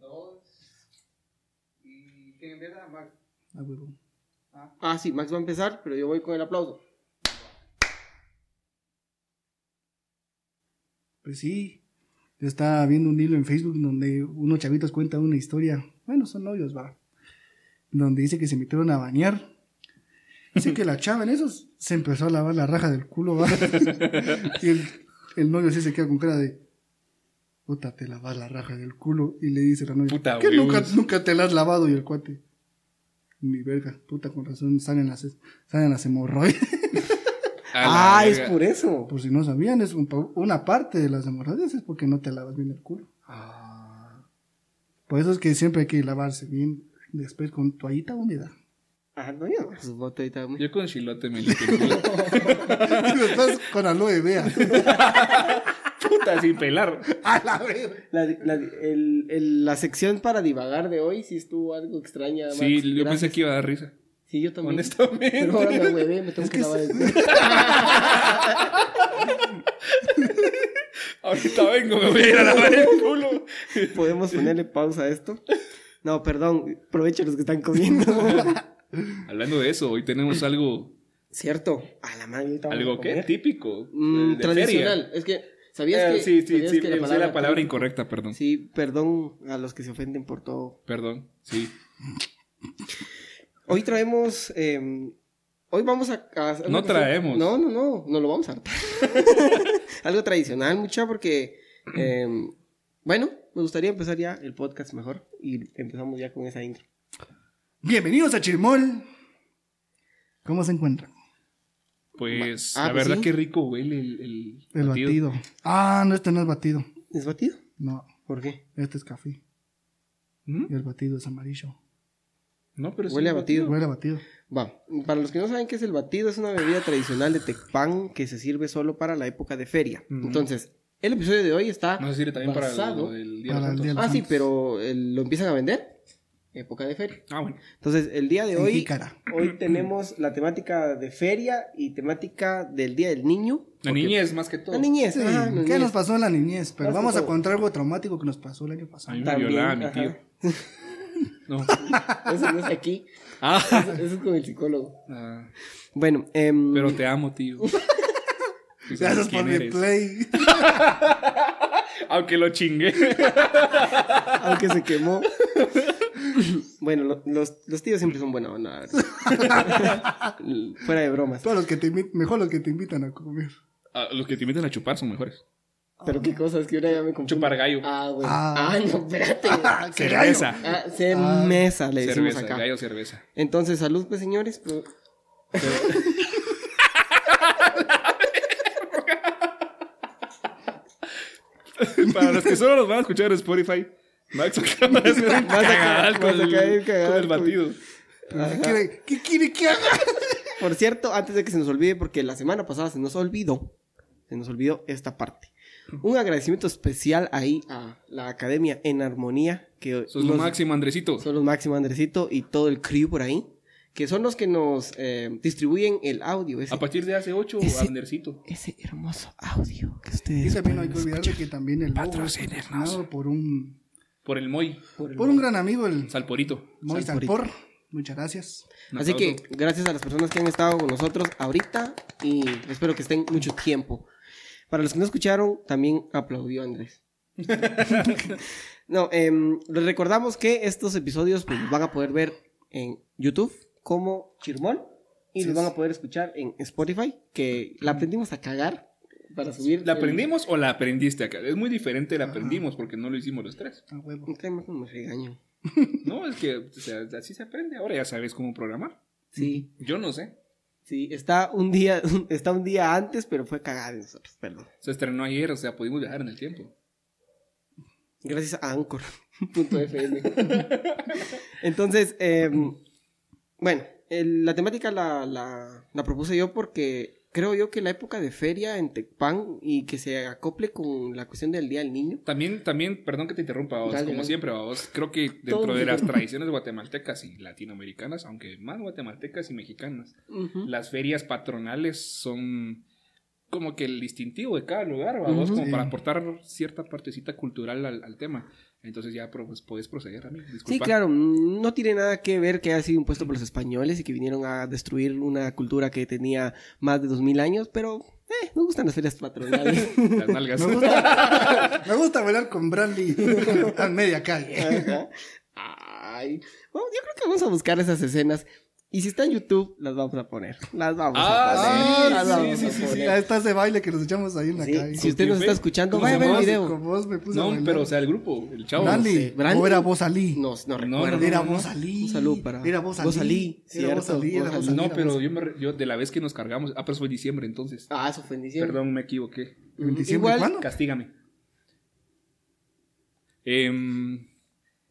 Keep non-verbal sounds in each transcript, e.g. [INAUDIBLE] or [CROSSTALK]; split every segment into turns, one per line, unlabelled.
Dos. ¿Y quién empieza? Max.
A huevo.
Ah, sí, Max va a empezar, pero yo voy con el aplauso.
Pues sí, yo estaba viendo un hilo en Facebook donde unos chavitos cuentan una historia. Bueno, son novios, va. Donde dice que se metieron a bañar. Dice
[LAUGHS]
que la chava en esos se empezó a lavar la raja del culo, va. y el, el novio sí se queda con cara de. Puta, te lavas la raja del culo. Y le dice la novia.
Puta,
que
huevos".
nunca, nunca te la has lavado. Y el cuate. Mi verga, puta, con razón, salen las, salen las hemorroides.
A la
ah, es
verga.
por eso.
Por pues, si no sabían, es un pa- una parte de las hemorroides es porque no te lavas bien el culo.
Ah.
Por eso es que siempre hay que lavarse bien después con toallita húmeda. [LAUGHS]
Ah, no, yo no, eso es bota ahorita, güey.
Yo con chilote me limpio el culo.
[LAUGHS]
y después con aloe vera.
Puta, sin pelar.
A la verga.
La, la, el- el- la sección para divagar de hoy sí estuvo algo extraña. Max.
Sí, yo
Gracias.
pensé que iba a dar risa.
Sí, yo también.
Honestamente.
Pero ahora me huevé, me tengo
Es
que,
que
lavar el
sí.
culo.
[LAUGHS] Ahorita vengo, me voy a ir a lavar el culo.
¿Podemos ponerle pausa a esto? No, perdón, aprovechen los que están comiendo.
Hablando de eso,
[LAUGHS]
hoy tenemos algo,
Cierto. A la madre, ahorita vamos a
algo que
comer.
típico. eh,
Mm,
de feria.
tradicional. Es que, ¿sabías
Eh,
que,
sí, sí,
sabías
sí,
que
usé la palabra
típico-
incorrecta, perdón.
Sí, perdón a los que se ofenden por todo.
Perdón, sí.
Hoy traemos. eh, hoy vamos a. a- a-
No traemos.
No, no, no. No lo vamos a hartar. [LAUGHS] Algo tradicional, mucha, porque. eh, bueno, me gustaría empezar ya el podcast mejor. Y empezamos ya con esa intro.
Bienvenidos a Chirmol. ¿Cómo se encuentran?
Pues,
Ah,
la
pues
verdad
sí.
que rico huele el, el,
El batido. Ah, no, este no es batido.
¿Es batido?
No,
¿Por qué?
este es café.
¿Mm?
Y el batido es amarillo.
No, pero es
Huele
un
a batido.
Huele a batido.
Va, para los que no saben qué es el batido, es una bebida tradicional de Tecpan que se sirve solo para la época de feria.
Mm.
Entonces, el episodio de hoy está
No sé si era también para
basado...
lo del día de
Para
los
el día
santos.
de
Ah, sí,
Santos.
pero eh, lo empiezan a vender época de feria.
Ah, bueno.
Entonces, el día de
En
hoy
jícara.
hoy tenemos la temática de feria y temática del Día del Niño.
La
porque-
niñez, más que todo.
La niñez.
Sí,
ajá, la
¿Qué
niñez.
nos pasó en la niñez? Pero
Pasa
vamos a
todo.
contar algo traumático que nos pasó el año pasado.
A mí me
También,
violaba mi tío.
ajá.
No.
[LAUGHS] Eso no es aquí.
Ah.
Eso, eso es con el psicólogo.
Ah,
Bueno, em,
pero te amo,
[LAUGHS]
tío. Tú sabes
Gracias
quién
por mi
eres.
play.
Aunque lo chingué.
aunque se quemó. [LAUGHS] bueno, lo- los, los tíos siempre son buena onda. [LAUGHS] la verdad. Fuera de bromas.
Todos los que te invi- mejor los que te invitan a comer.
Ah, los que te invitan a chupar son mejores.
Pero qué cosas que ahora ya me confundo.
Chupar gallo.
Ah, güey.
Ah.
Ah, no,
[LAUGHS]
espérate.
¡Qué
cerveza.
Ah, cermesa, le decimos
cerveza,
acá.
gallo cerveza. [LAUGHS]
Entonces, salud, pues, señores. pues.
Para los que solo nos van a escuchar en Spotify, Max acaba de hacer un
Vas a ca-
cagadal
vas
con,
a caer
el,
cagadal
con el
con-
batido.
gallo! ¿Qué quiere, qué quiere que
[LAUGHS]
haga?
Por cierto, antes de que se nos olvide, porque la semana pasada se nos olvidó, se nos olvidó esta parte. Un agradecimiento especial ahí a la Academia en Armonía, que
Eso es lo
nos-
máximo, Andresito.
son los máximo Andresito y todo el crew por ahí, que son los que nos eh, distribuyen el audio, ese,
A partir de hace 8,
Ese-
Andresito.
ese hermoso audio que ustedes...
Y también no hay
pueden
que olvidar de que también el logo es
Patrocínenos.
patrocinado por un,
Por el Moy.
escuchar.
por un gran amigo, el
Salporito.
Mois
Salporito.
Salpor. Muchas gracias.
Un
Así que
aplauso.
gracias a las personas que han estado con nosotros ahorita y espero que estén mucho tiempo. Para los que no escucharon, también aplaudió Andrés. no, em, les recordamos que estos episodios pues, los van a poder ver en YouTube como Chirmol y
Así
los van
es.
a poder escuchar en Spotify, que la aprendimos a cagar para subir.
¿La
el-
aprendimos o la aprendiste acá? Es muy diferente la aprendimos porque no lo hicimos los tres.
A huevo.
No creemos que me regaño.
No, es que o sea, así se aprende. Ahora ya sabes cómo programar.
Sí,
Yo no sé.
sí, está un día, [LAUGHS] está un día antes, pero fue cagada de nosotros, perdón.
Se estrenó ayer, o sea, pudimos viajar en el tiempo.
Gracias a [LAUGHS] Anchor.fm. Entonces, eh, bueno, el- la temática la, la- la propuse yo porque creo yo que la época de feria en Tecpan y que se acople con la cuestión del Día del Niño.
También, también, perdón que te interrumpa, vos,
Dale,
como
dale.
siempre, vos, creo que dentro
Todo
de
bien. [LAUGHS]
las tradiciones guatemaltecas y latinoamericanas, aunque más guatemaltecas y mexicanas, las ferias patronales son como que el distintivo de cada lugar, ¿va? vos,
Ujú.
como
Sí.
para aportar cierta partecita cultural al, al tema. Entonces ya pro- pues, puedes proceder, amigo. Disculpa.
Sí, claro, mm, no tiene nada que ver que haya sido impuesto por los españoles y que vinieron a destruir una cultura que tenía más de 2000 años, pero eh, me gustan las ferias patronales.
[LAUGHS] Las nalgas.
Me gusta, [LAUGHS] me gusta bailar con Brandy [LAUGHS] a media calle.
Ajá. Ay, bueno, yo creo que vamos a buscar esas escenas. Y si está en YouTube, las vamos a poner. Las vamos
Ah,
a poner.
sí,
las
sí,
vamos
sí,
a
sí,
poner.
Ahí está ese baile que nos echamos ahí en la
Sí,
calle.
si usted
quién
nos
fue?
está escuchando,
¿Cómo
vaya a ver
se
el
llamaba?
video.
Con vos me puse a
no,
bailar.
pero o sea, el grupo, el chavo.
Brandy,
sé, Brandy.
o era vos Ali.
No, no
No,
recuerdo.
no,
Era
no.
vos Ali.
Un saludo para-
Era vos Ali.
Vos Ali,
Era vos
cierto,
Ali. Era
vos
vos
Ali.
Ali.
No,
era Vos
pero
Ali.
yo, me re- yo de la vez que nos cargamos. Ah, pero eso fue en diciembre entonces.
Ah, eso fue en diciembre.
Perdón, me equivoqué.
¿En diciembre
Igual-
cuándo?
Castígame. Em,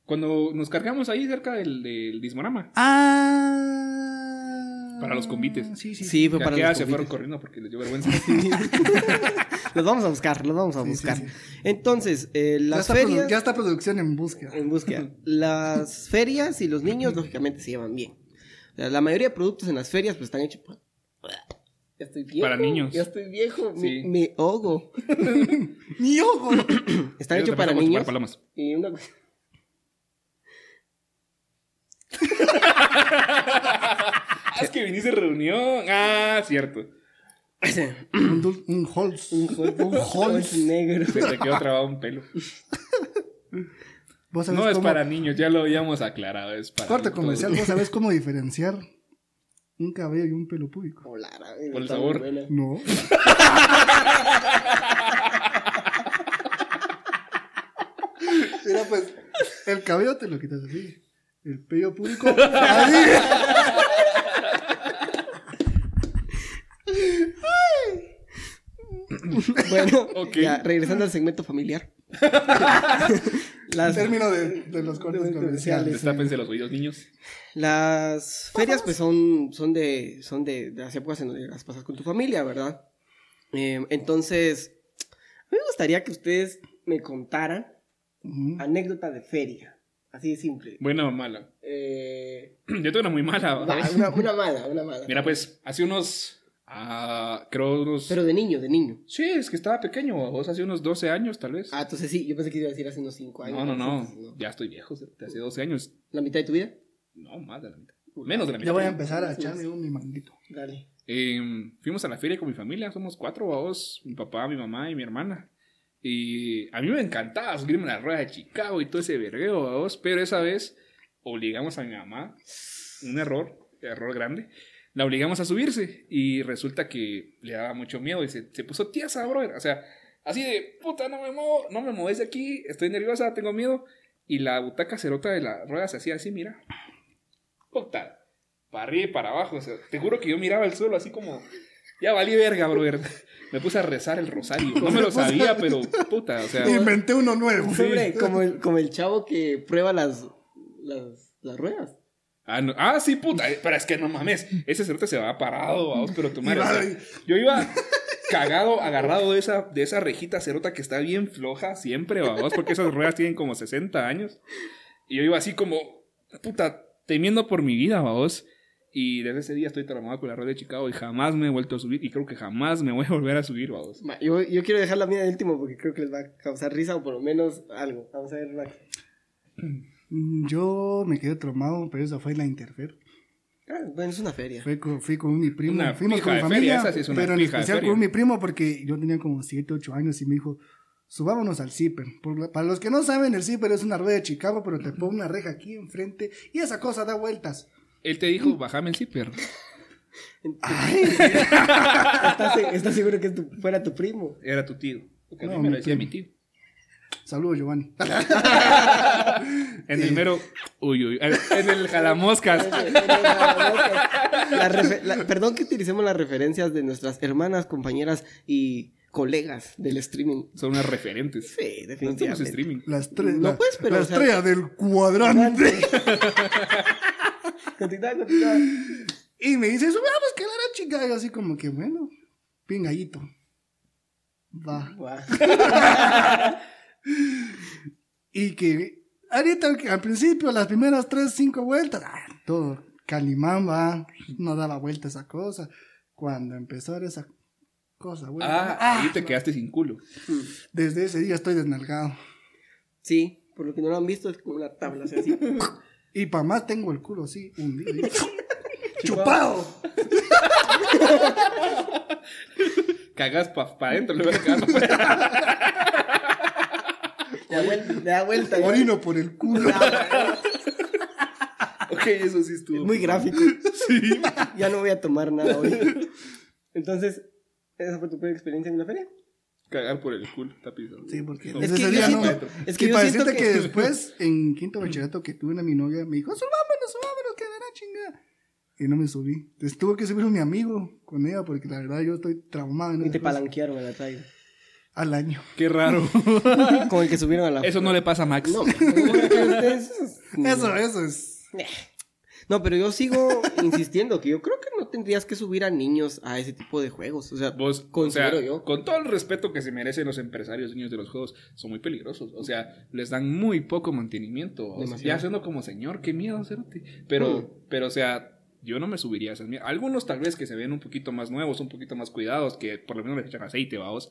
cuando nos cargamos ahí cerca del, del Dismorama,
Ah.
Para los convites.
Sí, sí.
Sí, fue
ya
para
que
los
se fueron
convites.
corriendo porque les
[LAUGHS]
dio vergüenza.
Los vamos a buscar, los vamos a
Sí, sí,
buscar.
sí.
Entonces, eh,
Ya
las
está,
ferias... Eh,
produ- ya está producción en búsqueda.
En búsqueda. Las ferias y los niños, lógicamente, se llevan bien. O sea, la mayoría de productos en las ferias, pues, están hechos... por- Ya estoy viejo.
Para niños.
Ya estoy viejo.
Sí.
Me, me ahogo.
¡Mi ojo!
Están
Eso
hechos
también
para
como chupar
niños.
palomas.
Y una cosa- [LAUGHS]
Ah, es que viniste a reunión. Ah, cierto.
un, dul- un Holz.
Un hol- un
Holz.
Holz negro.
Se te quedó trabado un pelo.
¿Vos sabés
No es
cómo-
para niños, ya lo habíamos aclarado. Es para
Corte
adultos.
comercial, vos sabés cómo diferenciar un cabello y un pelo público.
Polar, a ver,
Por el
está
sabor.
muy buena.
[LAUGHS]
No. Mira, pues, el cabello te lo quitas así. El pelo público. Ahí.
Bueno,
Ok.
ya, regresando al segmento
[LAUGHS]
familiar. [LAUGHS]
En
las,
términos de, de los cortes comerciales.
[LAUGHS] Destápense los oídos, niños.
las ferias, pues, son, son de. son de, de las épocas en donde las pasas con tu familia, ¿verdad? Eh, entonces, a mí me gustaría que ustedes me contaran
Ujú.
Ah, anécdota de feria. Así de simple.
Buena o mala. [CLEARS THROAT]
Eh,
Yo tengo una muy mala.
va,
¿ves?
una, una mala, una mala.
Mira, pues, hace unos. ah, creo unos.
Pero de niño, de niño.
Sí, es que estaba pequeño, vos hace unos 12 años, tal vez.
Ah, entonces sí, yo pensé que iba a decir hace unos 5 años.
no, no, no,
Entonces,
Ya estoy viejo, de hace 12 años.
¿La mitad de tu vida?
No, más de la mitad. Menos de la mitad.
Ya voy a empezar a echarme un mi manguito.
Dale.
Eh, fuimos a la feria con mi familia, somos cuatro vos, mi papá, mi mamá y mi hermana. Y a mí me encantaba subirme a la rueda de Chicago y todo ese vergueo, vos, pero esa vez obligamos a mi mamá, un error, error grande, la obligamos a subirse y resulta que le daba mucho miedo y se, se puso tiesa, brother. O sea, así de, puta, no me muevo, no me mueves de aquí, estoy nerviosa, tengo miedo. Y la butaca cerota de la rueda se hacía así, mira. Puta, para arriba y para abajo. o sea, te juro que yo miraba el suelo así como, ya valí verga, brother. [LAUGHS] Me puse a rezar el rosario. No me lo sabía, pero puta, o sea.
Inventé uno nuevo.
Hombre, como el, como el chavo que prueba las, las, las ruedas.
Ah, no, ah, sí, puta, eh, pero es que no mames. Ese cerote se va parado, vamos, pero tu madre.
Y va
o sea,
ahí.
yo iba cagado, agarrado de esa, de esa rejita cerota que está bien floja siempre, vamos, porque esas ruedas tienen como 60 años. Y yo iba así como, puta, temiendo por mi vida, vamos. Y desde ese día estoy traumado con la rueda de Chicago y jamás me he vuelto a subir y creo que jamás me voy a volver a subir, vamos.
Ma, Yo, yo quiero dejar la mía de último porque creo que les va a causar risa o por lo menos algo. Vamos a ver, Max.
Mm, Yo me quedé traumado, pero esa fue en la Interfer.
Ah, bueno, es una feria.
Fui con, fui con mi primo,
Una
fuimos
pija
con mi
de feria,
familia,
esa sí es una
pero en
pija de
especial
feria.
con mi primo porque yo tenía como 7, 8 años y me dijo, subámonos al zipper. Por la- para los que no saben, el zipper es una rueda de Chicago, pero te pone una reja aquí enfrente y esa cosa da vueltas.
Él te dijo, bájame el
[LAUGHS]
zipper.
¿Estás, se- estás seguro que tu- fuera tu primo?
Era tu tío. Porque a
No,
mí me
mi
lo decía
primo.
mi tío.
Saludos, Giovanni.
En el mero. Uy, uy. En el jalamoscas.
La refe- la- perdón que utilicemos las referencias de nuestras hermanas, compañeras y colegas del streaming.
Son unas referentes.
Sí,
No estamos
definitivamente.
streaming.
Las tres,
No,
la,
pues, pero,
la
o sea-
estrella del cuadrante.
Continúa, continúa.
[LAUGHS] Y me dice, subamos, que la gran chica. Y yo así como que, bueno, pingallito. Va.
Guau.
Y que ahorita que al principio, las primeras tres, cinco vueltas, ah, todo Calimán va, no daba vuelta esa cosa. Cuando empezó a dar esa cosa, güey, ah,
Ah, ahí te quedaste sin culo.
desde ese día estoy desnalgado.
Sí, Por lo que no lo han visto, es como una tabla, o sea,
[LAUGHS]
así.
Y para más tengo el culo así, hundido.
¡Chupado!
Cagas para adentro, luego cagas pa' afuera.
Le da vuelta. Le da vuelta ¿no?
Orino por el culo.
ok, eso sí estuvo.
Es muy gráfico.
[LAUGHS] Sí.
Ya no voy a tomar nada hoy. Entonces, ¿esa fue tu primera experiencia en una feria?
Cagar por el culo, está pisado.
Sí, porque
Es
desde
que yo
ese día no.
siento-
es
Es
que
que,
yo
para
siento
decirte que...
que-
después, en quinto bachillerato que tuve una mi novia, me dijo, subámonos, subámonos, que de la chingada. Y no me subí. Entonces tuve que subir a mi amigo con ella, porque la verdad yo estoy traumado. en
Y te
esas cosas.
palanquearon a la [LAUGHS] traigo.
Al año.
Qué raro.
Con el que subieron a la.
Eso no le pasa a Max.
No, pues,
[LAUGHS]
ustedes-
Eso,
eh.
eso es.
No, pero yo sigo insistiendo que yo creo que no tendrías que subir a niños a ese tipo de juegos. O sea,
Vos, o sea,
considero yo.
con todo el respeto que se merecen los empresarios niños de los juegos, son muy peligrosos. O sea, les dan muy poco mantenimiento. O sea,
Demasiado. Hmm.
ya siendo como señor, qué miedo, cerote. Pero, pero, o sea, yo no me subiría a esas mierdas. Algunos tal vez que se ven un poquito más nuevos, un poquito más cuidados, que por lo menos les echan aceite, vaos.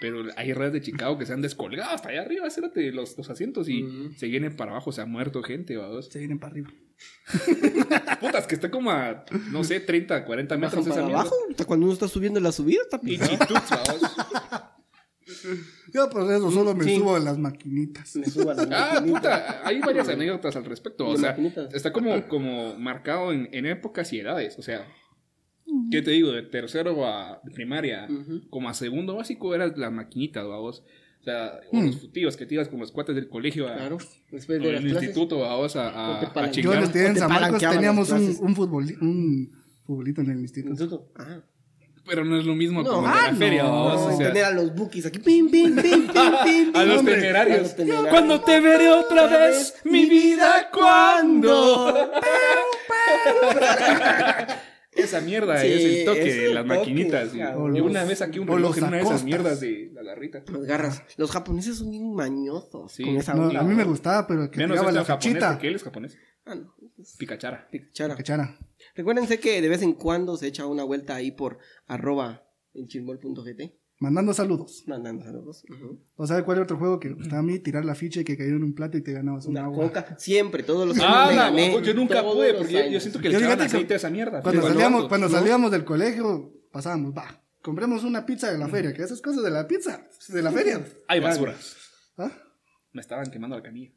Pero hay redes de Chicago que se han descolgado hasta allá arriba, cerote, los, los asientos y
Ujú.
se vienen para abajo, se ha muerto gente, vaos.
Se vienen para arriba.
Putas, que está como a, no sé, 30, 40
¿Bajan
metros esa
para
mierda.
abajo? O sea, Cuando uno está subiendo la subida, está
Y
pisado.
chituts, vaos.
Yo por eso solo me
Sí.
subo a las maquinitas.
Me subo a la
Ah,
maquinita.
puta, hay varias anécdotas al respecto. O
De
sea,
maquinitas.
está como, como marcado en, en épocas y edades. O sea, ¿qué te digo? De tercero a primaria,
Ujú.
como a segundo básico, eras las maquinitas, vamos. O sea, o
Mm.
los futivos que te ibas con los cuates del colegio a-
Claro.
o
Después de las
del
clases.
instituto, vamos, a, a,
Porque para-
a
Yo en
chingar.
Claro.
los días en
Te
San Marcos
palanqueaban
teníamos
las
un,
clases.
un, futboli- un futbolito en el instituto.
Instituto. Ah.
Pero no es lo mismo
No,
como
ah,
de la feria,
no,
vamos.
No,
o sea,
tener a los bookies aquí. Pim, pim, pim, pim, pim,
[LAUGHS] a los
hombre.
temerarios.
A los temerarios.
Cuando te veré otra vez, mi vida, ¿cuándo? Esa mierda
Sí,
es el toque
es
de
el
las
toque,
maquinitas. sí.
cabrón.
Yo una vez saqué un
O
reloj
los
en una de esas
acostas.
mierdas de la garrita.
Los garras. Los japoneses son bien mañosos.
Sí.
Con esa
No,
onda.
a mí me gustaba, pero que
Menos
llegaba
este
la
japonés,
fichita.
porque él es japonés.
Ah, no.
Picachara.
Pichara.
Cachara.
Recuérdense que de vez en cuando se echa una vuelta ahí por arroba en chismol.gt.
Mandando saludos.
Mandando saludos. Ujú.
¿O sabes cuál era otro juego que me gustaba a mí? Tirar la ficha y que cayó en un plato y te ganabas una
Una
agua.
coca. Siempre, todos los
Ah,
me
la
gané.
guapo, yo nunca
Todos
pude,
los
porque yo- yo
años.
siento que
Yo
le echaban
fíjate que
aceite a esa mierda.
Cuando
Pero
salíamos,
no,
cuando
no.
salíamos del colegio, pasábamos, va, compremos una pizza de la feria, que esas cosas de la pizza, de la feria.
Hay basura.
¿Ah?
Me estaban quemando la canilla.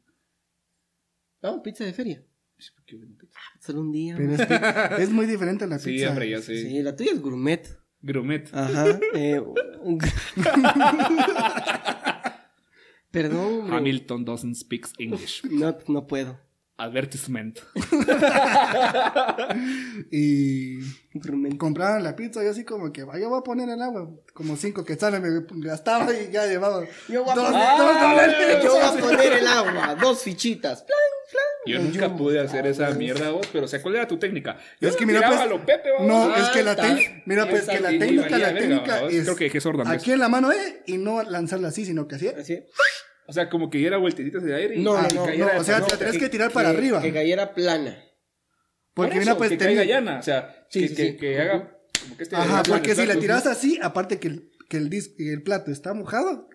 No, pizza de feria.
Sí, ¿por qué hubo una pizza?
Solo un día.
Pero es, que es muy diferente a la
Sí,
pizza.
hombre, ya sé.
Sí, la tuya es gourmet.
Grumet.
Ajá. eh, [LAUGHS] Perdón, hombre.
Hamilton doesn't speak English.
No, no puedo.
[LAUGHS]
Advertisement.
y
Gourmet.
compraban la pizza, yo así como que, va, yo voy a poner el agua, como cinco quetzales me gastaba y ya llevaba.
Yo voy a
dos-
poner-
dos dólares.
Yo voy [LAUGHS] a poner el agua. Dos fichitas. Plan, plan.
Yo nunca pude hacer esa mierda vos, pero o sea, ¿cuál era tu técnica? Yo
es que
no
mira,
tiraba
pues,
a lo Pepe, vamos.
no,
Ah,
es que la
está.
técnica, mira,
Y
pues
esa
que la
sí,
técnica,
valía
la
verga,
técnica
vamos.
es
Creo que pues. dejé sordo, Andrés.
aquí en la mano, eh, y no lanzarla así, sino que así, Ah,
Así.
O sea, como que diera vueltititas de aire y
No,
y
no,
que
no,
cayera
no, o
de-
sea, te- tienes que tirar para arriba.
Que cayera plana.
porque
Por
mira,
eso,
pues,
que
tenía-
caiga llana, o sea,
Sí,
que,
sí,
que-
sí.
que haga como que este
Ajá,
haga
porque si la
platos,
tiras
¿no?
así, aparte que el, que el, dis- el plato está mojado.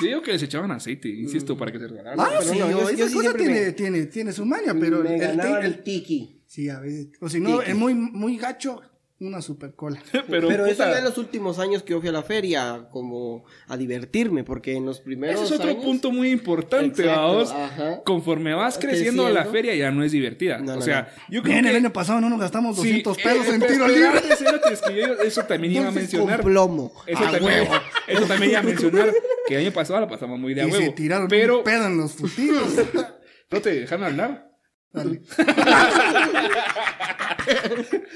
Yo digo que les echaban aceite, insisto, para que se resbalara.
Ah,
pero
sí,
no, yo-
yo,
yo sí siempre
tiene,
me-
tiene, tiene su maña, pero
me
el, el-
ganaban
el-
el tiki.
Sí, a veces. O si no,
Sí.
es muy, muy gacho, una super cola.
[LAUGHS] pero,
Pero, eso
puta,
fue en los últimos años que yo fui a la feria, como a divertirme, porque en los primeros.
ese es otro
años-
punto muy importante,
Exacto,
vaos.
ajá.
Conforme vas creciendo,
Creciendo.
la feria ya no es divertida.
No, no,
o sea, yo creo
Bien,
que
el año pasado no nos gastamos
Sí,
200
eh,
pesos en
espérate,
tiro libre.
espérate, espérate, es que yo eso también iba a
Dulces
mencionar.
Con plomo. Ah,
Eso,
Ah,
A
también,
huevo.
eso también iba a
[LAUGHS]
mencionar que el año pasado la pasamos muy de a
Y
huevo.
se tiraron
pero
un pedo en los
[LAUGHS]
futilos.
No te dejan hablar.
Dale.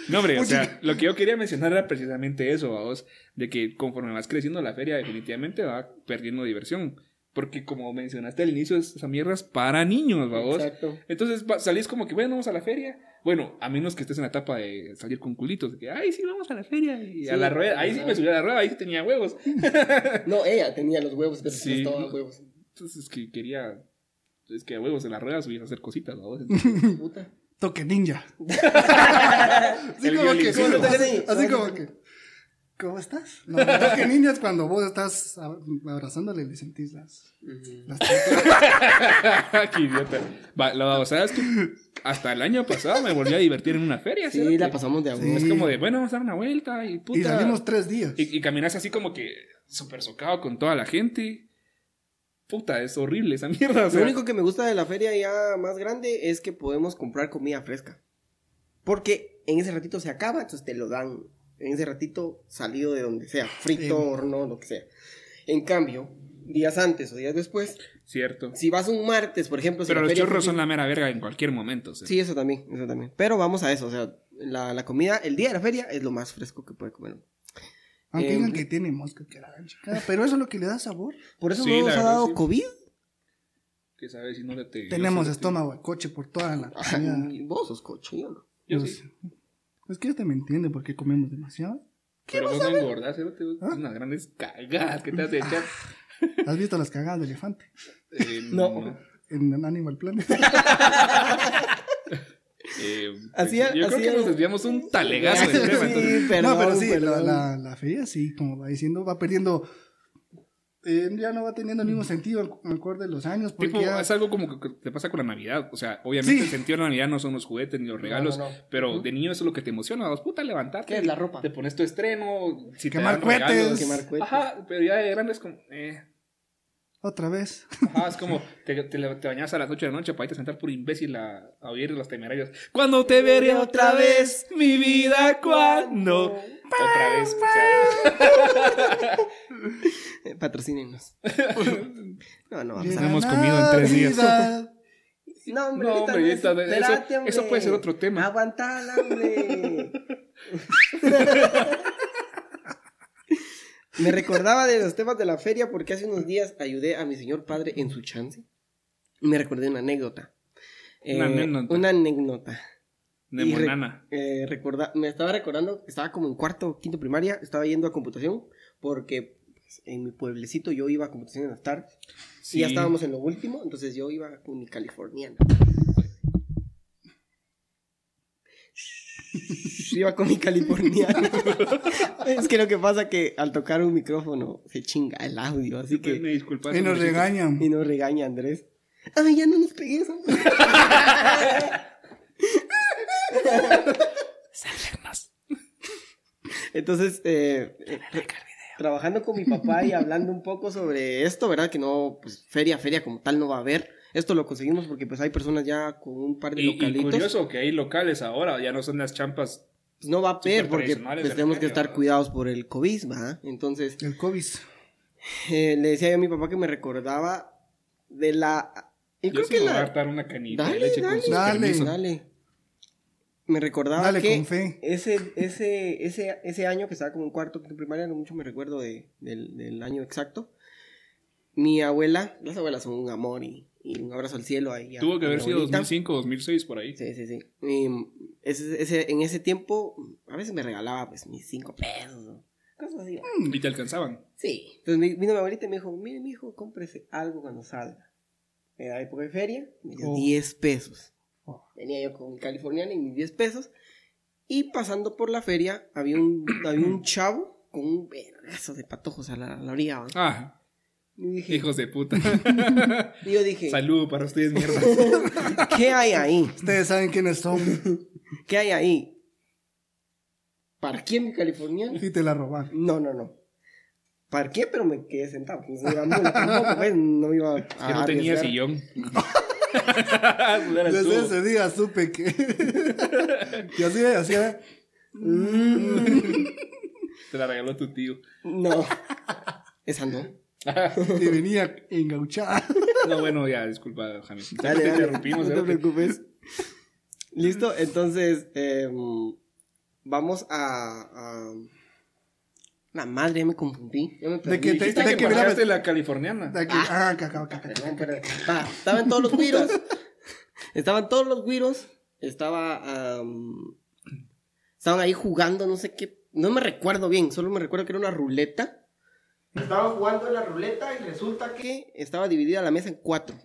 No, hombre, o sea, lo que yo quería mencionar era precisamente eso, vamos, de que conforme vas creciendo la feria definitivamente va perdiendo diversión. Porque como mencionaste al inicio, es- esa mierda es para niños, vamos.
Exacto.
Entonces va- salís como que, bueno, vamos a la feria. Bueno, a menos que estés en la etapa de salir con culitos, de que, ay, sí, vamos a la feria. Y a
Sí,
la rueda, ahí sí me subí a la rueda, ahí sí tenía huevos.
No, ella tenía los huevos, pero
Sí.
sí. todos huevos.
[LAUGHS] Entonces que quería, es que a huevos en la rueda subías a hacer cositas, vamos.
Puta.
Toque ninja. así
El
como que,
Ah,
violincito.
así, así como que. ¿Cómo estás? No, no
[LAUGHS]
toquen niñas cuando vos estás ab- abrazándole le sentís las, las tripas.
[LAUGHS] Qué idiota. Va, la babosada es que hasta el año pasado me volví a divertir en
[LAUGHS]
una feria.
Sí,
cerote.
la pasamos de a huevo.
Es como de, bueno, vamos a dar una vuelta y puta.
Y salimos tres días.
Y, y caminas así como que súper socado con toda la gente. Puta, es horrible esa mierda. o sea.
Lo único que me gusta de la feria ya más grande es que podemos comprar comida fresca. Porque en ese ratito se acaba, entonces te lo dan. En ese ratito salido de donde sea, frito,
Sí.
horno, lo que sea. En cambio, días antes o días después,
Cierto.
si vas un martes, por ejemplo... si
Pero
la
los
feria
chorros
fue-
son la mera verga en cualquier momento. o sea.
Sí, eso también, eso también. Pero vamos a eso, o sea, la, la comida, el día de la feria es lo más fresco que puede comer.
Aunque
eh,
digan que tiene mosca, que la gran chingada, Pero eso es lo que le da sabor.
Por eso
Sí,
no
la
nos ha
verdad,
dado
sí.
COVID.
Que sabes si no le te-
Tenemos
yo sé-
estómago de coche por toda la comida.
Ay, vos sos coche, yo no.
Yo
Pues,
sí.
Es que este me entiende porque comemos demasiado.
Pero vos no engordás, cerote, vos
¿Ah?
tenés unas grandes cagadas que te has
[LAUGHS]
de echar.
¿Has visto las cagadas de elefante?
Eh,
No.
En Animal Planet.
Eh,
Así-
pues, yo
así-
creo que nos desviamos un
[LAUGHS]
talegazo del tema. Entonces,
Sí, perdón,
no, pero sí, la,
perdón.
la, la feria sí, como va diciendo, va perdiendo. eh, ya no va teniendo el
Mm.
mismo sentido al al correr de los años. Porque
tipo,
ya-
es algo como que te pasa con la Navidad. O sea, obviamente
Sí.
el sentido de la Navidad no son los juguetes ni los regalos,
no, no.
pero de niño eso es lo que te emociona. Vos, puta, levantarte.
¿Qué es la ropa?
Te pones tu estreno. Si te
Quemar
dan
cohetes.
regalos.
Quemar cohetes.
Ajá, pero ya de grande es como. eh,
Otra vez.
Ajá, es como [LAUGHS] te, te, le- te bañas a las 8 de la noche para irte a sentar por imbécil a, a oír los temerarios. Cuando te veré otra vez, mi vida, cuando. Otra vez. o
Eh,
[LAUGHS]
Patrocínenos. no, no, vamos
Bien,
a...
sea, hemos comido en tres días. [LAUGHS]
Navidad.
No,
hombre, No, ahorita hombre, no, esta- eso- espérate, hombre. eso puede ser otro tema.
Aguantala,
[LAUGHS]
hombre. Me recordaba de los temas de la feria porque hace unos días ayudé a mi señor padre en su chance. Me recordé una anécdota. Eh,
Una anécdota.
Una anécdota. Y re-
Nemonana.
eh, recorda- me estaba recordando, estaba como en cuarto, quinto primaria, estaba yendo a computación porque pues, en mi pueblecito yo iba a computación en las tardes. Y ya estábamos en lo último, entonces yo iba con mi californiana. Shh, iba con mi californiana. es que lo que pasa que al tocar un micrófono se chinga el audio, así
Me
que...
disculpas.
Y nos
hombre,
regañan.
Y nos regaña Andrés. Ay, ya no nos pegues. hombre". Entonces, eh, eh, trabajando con mi papá y hablando un poco sobre esto, ¿verdad? Que no, pues feria, feria como tal no va a haber. Esto lo conseguimos porque pues hay personas ya con un par de
Y, y
localitos.
curioso que hay locales ahora, ya no son las champas.
Pues, no va a haber
Súper
porque
tradicionales
pues,
de la
tenemos que
feria,
estar
¿verdad?
cuidados por el COVID, ¿verdad? Entonces,
El COVID.
eh, le decía yo a mi papá que me recordaba de la... Yo
Yo
creo
sí me
que
voy a
la...
hartar una canita
Dale,
de leche
dale.
con sus
Dale.
permisos.
Dale. Me recordaba
Dale
que
con fe.
Ese, ese, ese, ese año que estaba como en cuarto, quinto de primaria, no mucho me recuerdo de- del, del año exacto. Mi abuela, las abuelas son un amor y, y un abrazo al cielo ahí. a-
Tuvo que
a
haber
mi
sido
abuelita.
2005, 2006, por ahí.
Sí, sí, sí. Y, mm, ese- ese- en ese tiempo, a veces me regalaba pues mis cinco pesos. o Cosas así. ¿va?
Y te alcanzaban.
Sí. Entonces mi- vino mi abuelita y me dijo, mire, mi hijo, cómprese algo cuando salga. Era época de feria, me dio
Oh.
10 pesos.
Oh.
Venía yo con mi californiana y mis 10 pesos. Y pasando por la feria, había un, [CLEARS THROAT] había un chavo con un vergazo de patojos a la, a la orilla. ¿va?
Ah,
Y, dije-
hijos de
[LAUGHS]
puta.
y yo dije,
Saludo para ustedes, mierda.
[LAUGHS] ¿qué hay ahí?
Ustedes saben quiénes
[LAUGHS]
son.
¿Qué hay ahí? Parqué mi californiana.
Y te la roban.
No, no, no. Parqué, pero me quedé sentado. No se iba a mula tampoco, pues, no me iba a.
[LAUGHS] Que no tenía
arriesgar.
sillón.
[LAUGHS]
[LAUGHS] Pues
Desde ese día supe que. [LAUGHS] y así, así, ¿eh?
Te la regaló tu tío.
No. Esa no.
y venía engauchada. [LAUGHS]
No, bueno, ya, disculpa, Jamil.
[LAUGHS] Dale,
te
dale,
interrumpimos, ¿eh?
No te
¿verdad?
preocupes. Listo, entonces em, vamos a, a- La madre, ya me confundí. Ya me
De
perdí.
que te,
Dijiste
de
que
que mira,
marcaste la californiana.
de que- ah, cacao, cacao.
Perdón, perdón. Ah, estaban todos los güiros. Estaban todos los güiros. Estaba. am, estaban ahí jugando, no sé qué. No me recuerdo bien, solo me recuerdo que era una ruleta. Estaban jugando la ruleta y resulta que estaba dividida la mesa en cuatro.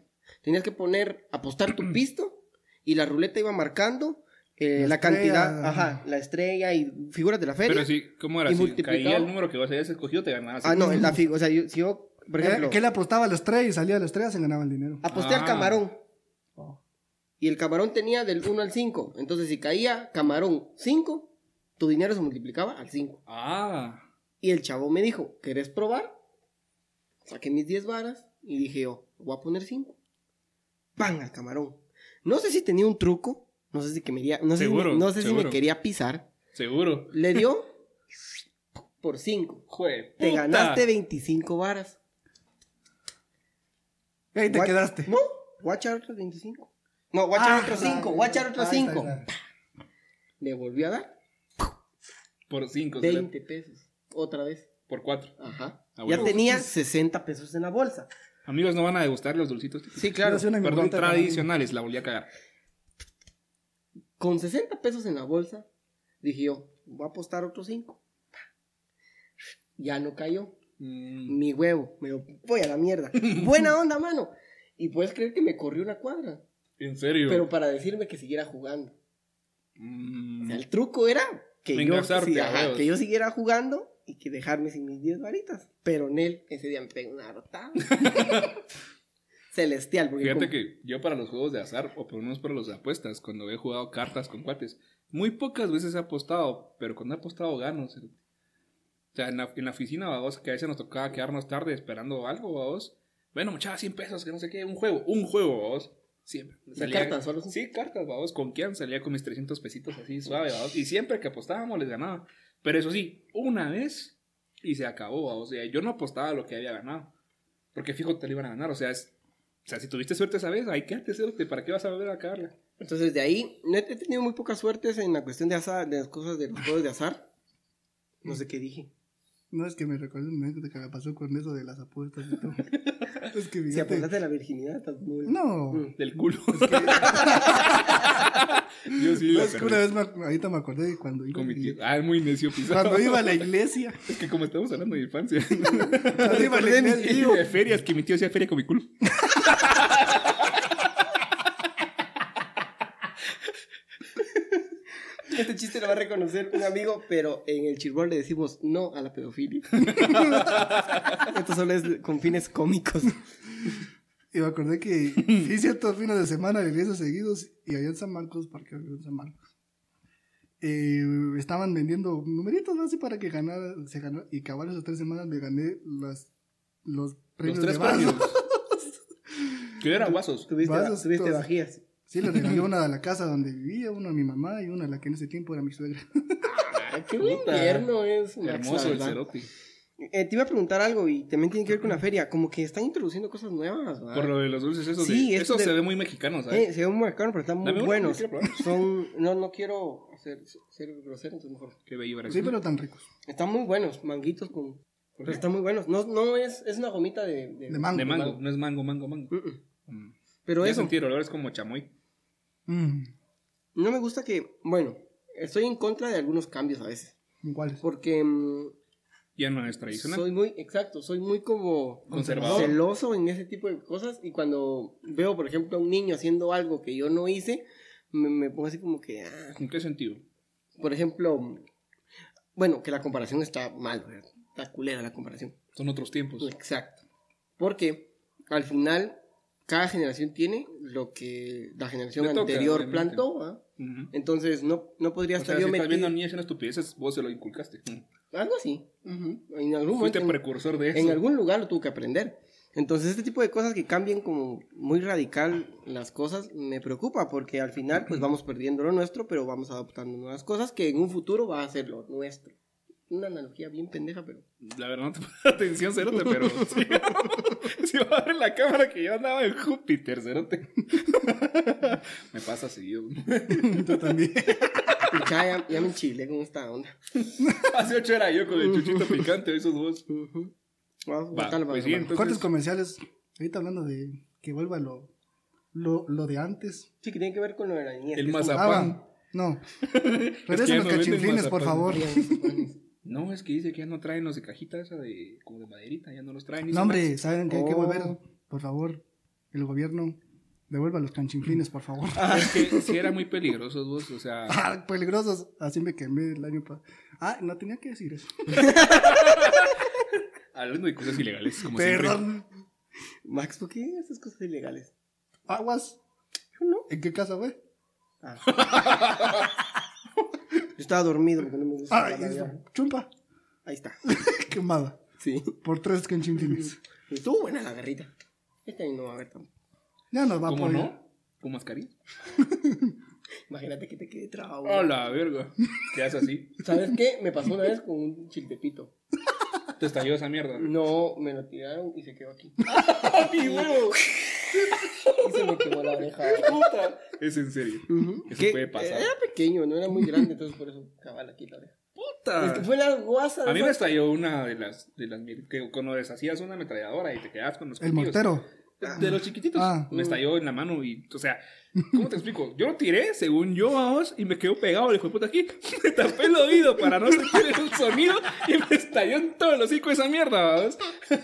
Tenías que poner, apostar tu pisto y la ruleta iba marcando eh,
La
la, cantidad,
estrella.
ajá, la estrella y figuras de la feria.
Pero sí, ¿cómo era?
Y
Si
multiplicado.
caía el número que vos habías escogido, te ganabas.
ah, no, en la figura, o sea, yo, si yo, por
Era
ejemplo,
Que él apostaba a la estrella y salía a la estrella, se ganaba el dinero.
aposté al
Ah.
camarón. Ah.
Oh.
Y el camarón tenía del 1 al 5. Entonces, si caía camarón 5, tu dinero se multiplicaba al 5.
Ah.
Y el chavo me dijo, ¿querés probar? Saqué mis 10 varas y dije yo, voy a poner 5. ¡Pam! Al camarón. No sé si tenía un truco, no sé si que me iría- no sé, si me-
Seguro,
no sé si me
seguro.
quería pisar.
Seguro.
Le dio por 5.
Jue,
Te
puta.
ganaste 25 varas.
Y ahí te
Gua-
quedaste. Ah,
No, voy a echar otros 25. No, voy a echar otros 5, voy a echar otros 5. Le volví a dar
Por 5,
20 pesos. Otra vez.
por 4.
Ajá.
Ah,
Ya
bueno.
tenía 60 pesos en la bolsa.
Amigos, no van a degustar los dulcitos.
Sí,
Claro,
claro.
Perdón, tradicionales, la volví a cagar.
con 60 pesos en la bolsa, dije yo, voy a apostar otros 5. Ya no cayó.
Mm,
Mi huevo, me lo voy a la
[LAUGHS]
mierda. Buena onda, mano. Y puedes creer que me corrió una cuadra.
en serio.
Pero para decirme que siguiera jugando. O
Mm,
sea, el truco era que yo,
Engrasarte,
sí,
a
ajá,
huevos.
que yo siguiera jugando y que dejarme sin mis 10 varitas. Pero en él, ese día me pegó una
[LAUGHS]
rotada. Celestial, porque
Fíjate
como-
que yo para los juegos de azar, o por lo menos para las apuestas, cuando he jugado cartas con cuates, muy pocas veces he apostado, pero cuando he apostado gano. cerote. O sea, en la, en la oficina, babos, que a veces nos tocaba quedarnos tarde esperando algo, babos. Bueno, muchachas, 100 pesos, que no sé qué, un juego, un juego, babos. Siempre.
de cartas, solo son-
Sí, cartas, babos, con Kian salía con mis 300 pesitos así suave, babos. Y siempre que apostábamos les ganaba. Pero eso sí, una vez y se acabó, babos. O sea, yo no apostaba lo que había ganado. Porque fijo, te lo iban a ganar. O sea, es, o sea si tuviste suerte esa vez, ahí quédate, cerote, ¿para qué vas a volver a cagarla?
Entonces de ahí, no he he tenido muy pocas suertes en la cuestión de azar, de las cosas de los juegos de azar. No sé qué dije.
No, es que me recuerdo un momento que me pasó con eso de las apuestas y
[LAUGHS]
todo. es que
Si
fíjate.
apuntaste a la virginidad, estás muy...
No.
Mm.
Del culo. [LAUGHS] yo sí
No,
la
es que
perdí.
una vez me, ac- ahorita me acordé de cuando iba,
Con mi tío. Ah, es muy necio pisado.
cuando iba a la
[LAUGHS]
iglesia.
Es que como estamos hablando de infancia.
[LAUGHS] Cuando iba a la
Acordé de mi
iglesia.
tío. [LAUGHS] De ferias, que mi tío hacía feria con mi culo.
Este chiste lo va a reconocer un amigo, pero en el chirbol le decimos no a la
[LAUGHS]
pedofilia. Esto solo es con fines cómicos.
Y me acordé que hice ciertos fines de semana de iglesia seguidos y allá en San Marcos, parque en San Marcos. eh, estaban vendiendo numeritos ¿no? así para que ganara, se ganó, y cabal esas tres semanas me gané las, los
Los
premios
tres
de vasos.
premios. Que yo era guasos.
Tuviste,
Vasos,
tuviste
todos.
bajías.
Sí,
[LAUGHS]
le regalé una a la casa donde vivía, una a mi mamá y una a la que en ese tiempo era mi suegra.
Ah, qué buen
Puta.
tierno es. Max,
Hermoso
la
el
verdad.
cerote.
Eh, te iba a preguntar algo y también tiene que ver con la feria. Como que están introduciendo cosas nuevas. ¿verdad?
Por lo de los dulces, esos.
Sí,
de-
esto
esos
de-
se ve muy mexicano, ¿sabes?
Eh, se ven muy caros, pero están muy
Dame uno,
buenos.
yo quiero probar.
Son, no, no quiero hacer, ser grosero, entonces mejor.
Qué bello era
Sí,
eso.
pero tan ricos.
Están muy buenos, manguitos con.
qué?
Pero están muy buenos. No, no es, es una gomita de. de-
De mango.
De mango, no es mango, mango, mango.
Mm-mm.
Mm.
Pero
ya
eso,
sentí el olor, es como chamoy.
Mm,
no me gusta que. Bueno, estoy en contra de algunos cambios a veces.
[LAUGHS] ¿Cuáles?
Porque. mm,
Ya no es tradicional.
soy muy. Exacto, soy muy como.
Conservador.
Celoso en ese tipo de cosas. Y cuando veo, por ejemplo, a un niño haciendo algo que yo no hice, me, me pongo así como que. ah,
¿En qué sentido?
Por ejemplo, mm, bueno, que la comparación está mal, ¿verdad? Está culera la comparación.
Son otros tiempos.
Pues, Exacto. Porque al final, cada generación tiene lo que la generación
Le toca,
anterior
obviamente.
plantó, ¿ah?
Ujú.
Entonces, no, no podría
O
estar
sea, si
yo
estás viendo a
metido.
niñas haciendo estupideces, vos se lo inculcaste. Mm.
Algo así. En algún momento.
Fuiste
en-
precursor de eso.
en algún lugar lo tuvo que aprender. Entonces, este tipo de cosas que cambien como muy radical las cosas me preocupa porque al final, pues vamos perdiendo lo nuestro, pero vamos adoptando nuevas cosas que en un futuro va a ser lo nuestro. Una analogía bien pendeja, pero.
La verdad no te puse atención,
[LAUGHS]
Cerote, pero sí. [LAUGHS] si va a ver la cámara que yo andaba en Júpiter, Cerote. [LAUGHS] Me pasa seguido.
Yo también.
Pucha, ya, ya me enchilé con esta onda.
Hace ocho era yo con el chuchito picante, esos dos.
Vamos a
Va,
cortarla para
pues
la
bien,
mano.
Cortes
entonces,
comerciales. Ahorita hablando de que vuelva lo, lo, lo de antes.
Sí, que tiene que ver con lo de la niñez.
el
que es como-
mazapán.
Ah, no.
[LAUGHS] Es que
Regresen
ya
los
no venden
cachinflines, por
mazapán.
favor.
[LAUGHS] No, es que dice que ya no traen los de cajita esa de como de maderita, ya no los traen.
No, hombre, ¿saben que hay que
Oh.
volver? Por favor, el gobierno Devuelva los canchinflines, por favor. [LAUGHS]
Ah, Es que sí era muy peligroso vos, o sea.
Ah, peligrosos. Así me quemé el año pasado. Ah, no tenía que decir eso.
Hablando de cosas ilegales, como siempre.
Perdón.
Max, ¿por qué esas cosas ilegales?
Aguas.
Yo no.
¿En qué casa fue?
[LAUGHS]
Ah. Yo estaba dormido porque no me gusta.
Ah,
la Navidad.
chumpa. [LAUGHS]
Ahí está.
Quemada.
Sí.
Por tres canchinflines.
Estuvo buena la guerrita. Este año no va a haber tampoco.
Ya nos va a
¿Cómo
poner.
no? ¿Con mascarilla?
Imagínate que te quede trabado. güey.
Hola, verga. ¿Qué haces así?
¿Sabes qué? Me pasó una vez con un chiltepito.
Te estalló esa mierda.
No, me lo tiraron y se quedó
[LAUGHS]
aquí. ¡Mi huevo! y se me quemó la oreja. ¡Puta!
Es en serio. Eso puede pasar.
Era pequeño, no era muy grande, entonces por eso cabal aquí la oreja.
¡Puta!
Es que fue la guasa. de
A mí
esa-
me estalló una de las, de las mier- que cuando deshacías una ametralladora y te quedabas con los
El
cuchillos.
mortero.
De los chiquititos.
Ah.
me estalló en la mano y,
[LAUGHS]
o sea, ¿cómo te explico? Yo lo tiré, según yo, a vos, y me quedó pegado el hijo de puta aquí. [LAUGHS] Me tapé el oído para no sentir
[LAUGHS]
el sonido y me estalló en todo el hocico esa mierda, vos. [LAUGHS]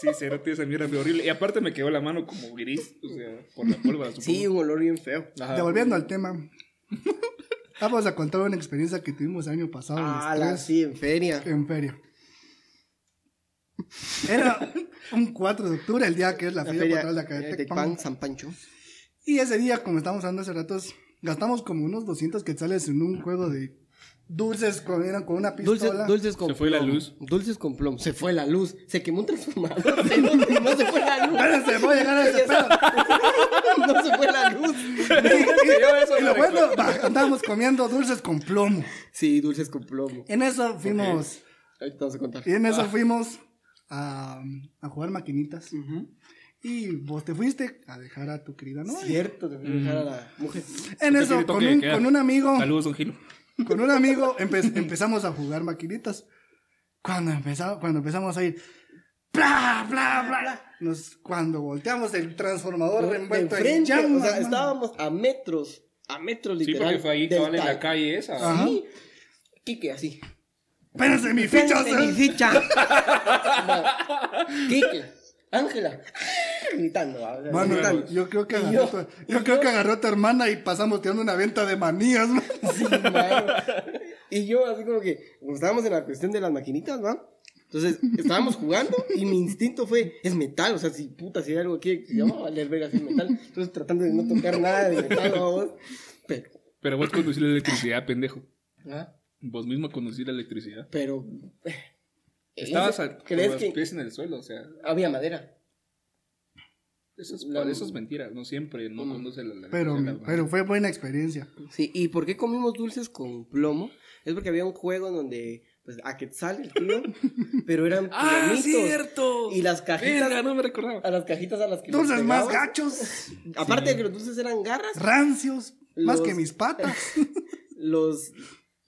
sí, cerote, esa mierda fue horrible. Y aparte me quedó la mano como gris, o sea, por la pólvora, supongo.
Sí, un olor bien feo.
Ajá.
Devolviendo al tema. [LAUGHS] Vamos a contar una experiencia que tuvimos el año pasado. los
Ah, la
tres,
sí, en feria.
En feria. Era un 4 de octubre, el día que es la,
La
feria,
feria
patronal de acá de
de
Tecpan.
Tecpan, San Pancho.
Y ese día, como estábamos hablando hace ratos, gastamos como unos 200 quetzales en un juego de dulces con, eran con una
Dulces,
pistola.
dulces con
Se fue la
plomo.
luz.
Dulces con plomo. Se fue la luz. Se quemó un transformador. [LAUGHS] No, no se fue la luz.
Espérense, voy a
[LAUGHS]
llegar a ese pedo.
No se fue la luz.
Yo eso
Y
no
lo bueno,
recuerdo.
va, andábamos comiendo dulces con plomo.
Sí, dulces con plomo.
En eso fuimos,
Ahorita vamos a contar.
y en eso fuimos a, a jugar maquinitas. Y vos te fuiste a dejar a tu querida
No,
novia.
cierto, te voy a dejar a la mujer.
En
Te
eso,
grito
con
que
un,
queda.
con un amigo,
Saludos, don Gilo.
con un amigo empe- empezamos a jugar maquinitas. Cuando empezamos, cuando empezamos a ir, bla, bla, bla, bla, nos, cuando volteamos el transformador
De
envuelto en
Oh, enfrente,
llamas,
o sea,
mano.
estábamos a metros, a metros
Sí,
literal.
porque fue ahí
del Ah.
cabal en la
tal-
calle esa.
Ajá.
Sí. Quique, así.
Espérense, mi ficha.
¿eh?
Espérate, mi ficha. No. Quique, Ángela. Gritando, o sea,
Mano,
gritando.
yo creo que
Y
agarró,
yo-
tu- yo creo que agarró a tu hermana y pasamos tirando una venta de manías. man.
Sí, mano. Y yo así como que, como estábamos en la cuestión de las maquinitas, ¿va? Entonces, estábamos jugando y mi instinto fue, es metal, o sea, si puta, si hay algo aquí, que vamos a valer verga si es metal. Entonces, tratando de no tocar nada de metal, vamos. Pero,
Pero vos conducís la electricidad, pendejo.
¿ah?
Vos mismo conducís la electricidad.
Pero... eh,
Estabas
ese-
a, con
¿Crees
los
que
pies en el suelo, o sea,
había madera?
eso es,
La- Mm.
eso es mentira, no siempre, no conduce la, la
[LAUGHS] Pero,
la-
pero fue buena experiencia.
Sí, ¿y por qué comimos dulces con plomo? Es porque había un juego en donde, pues, a Quetzal, el
[LAUGHS]
tío, pero eran
¡Ah,
plomitos.
cierto!
Y las cajitas...
Verga, no me recordaba.
A las cajitas a las que
Dulces
les
más
pegabas.
gachos,
Aparte de que los dulces eran garras,
rancios, más
Los-
que mis patas.
[LAUGHS] los,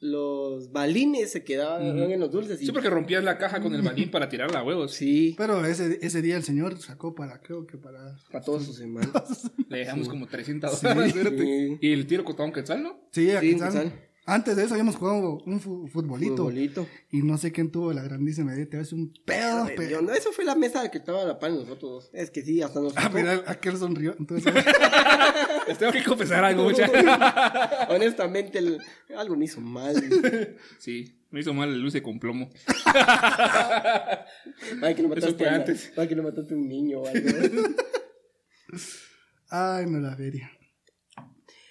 los balines se quedaban en los dulces. y-
Sí, porque rompías la caja con el balín para tirarla a huevos.
Sí,
Pero ese, ese día el señor sacó para, creo que para...
para todos sus
[LAUGHS]
hermanos.
Le dejamos como 300 dólares.
Sí.
Y el tiro costaba un quetzal, ¿no?
Sí, aquí
en
están.
Quetzal.
Antes de eso habíamos jugado un fu- futbolito.
Futbolito.
Y no sé quién tuvo la grandísima idea. Te hace un
Ah,
pedo, pe- [LAUGHS]
Yo, no, eso fue la mesa que estaba la pan de nosotros dos. Es que sí, hasta
Ah,
nosotros.
mira, aquel sonrió.
[LAUGHS]
Entonces,
Les tengo que confesar algo, muchachos.
Honestamente, el- algo me hizo
[LAUGHS]
mal.
Sí, me hizo mal el luce con plomo.
Ay, que no mataste,
fue
a-
antes.
ay, que no mataste a un niño o algo.
[LAUGHS]
ay, no la vería.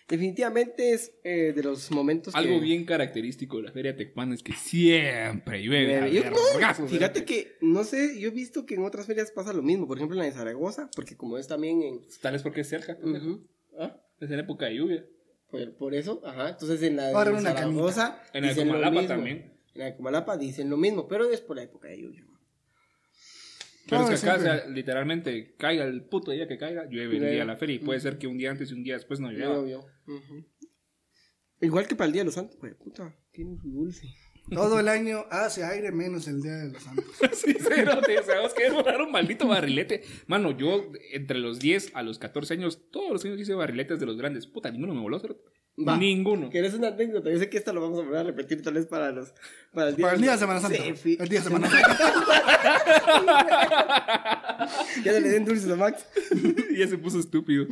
Definitivamente es eh, de los momentos que-
Algo bien característico de la feria Tecpan es que siempre llueve. a
Yo- no,
vergazos,
fíjate
¿verdad?
que, no sé, yo he visto que en otras ferias pasa lo mismo. Por ejemplo, en la de Zaragoza, porque como es también en...
Tal vez porque es cerca, pendejo.
Ujú. ¿Ah?
es en época de lluvia.
Por, por eso, ajá. Entonces en la de
Ahora una
Zaragoza.
En la de
dicen lo
Comalapa
mismo.
también.
En la de Comalapa dicen lo mismo, pero es por la época de lluvia. ¿no?
Pero
Claro,
es que acá,
siempre.
o sea, literalmente, caiga el puto día que caiga, llueve el
Llueve.
día de la feria. Y puede ser que un día antes y un día después no
Yo lo
llueva.
veo. Ujú. Igual que para el Día de los Santos, pues puta, tiene su dulce.
Todo el año hace aire menos el Día de los Santos.
[LAUGHS] Sí, cero, te sabes que era un maldito barrilete. Mano, yo entre los 10 a los 14 años, todos los años hice barriletes de los grandes. Puta, ninguno me voló, cero.
Va.
Ninguno.
Que eres una anécdota. Yo sé que esta lo vamos a volver a repetir tal vez para los para el día,
Para el día de
los-
Semana Santa.
Sí, fi-
El día de Semana Santa.
[LAUGHS] Ya no le den dulces a Max.
Y [LAUGHS] ya se puso estúpido.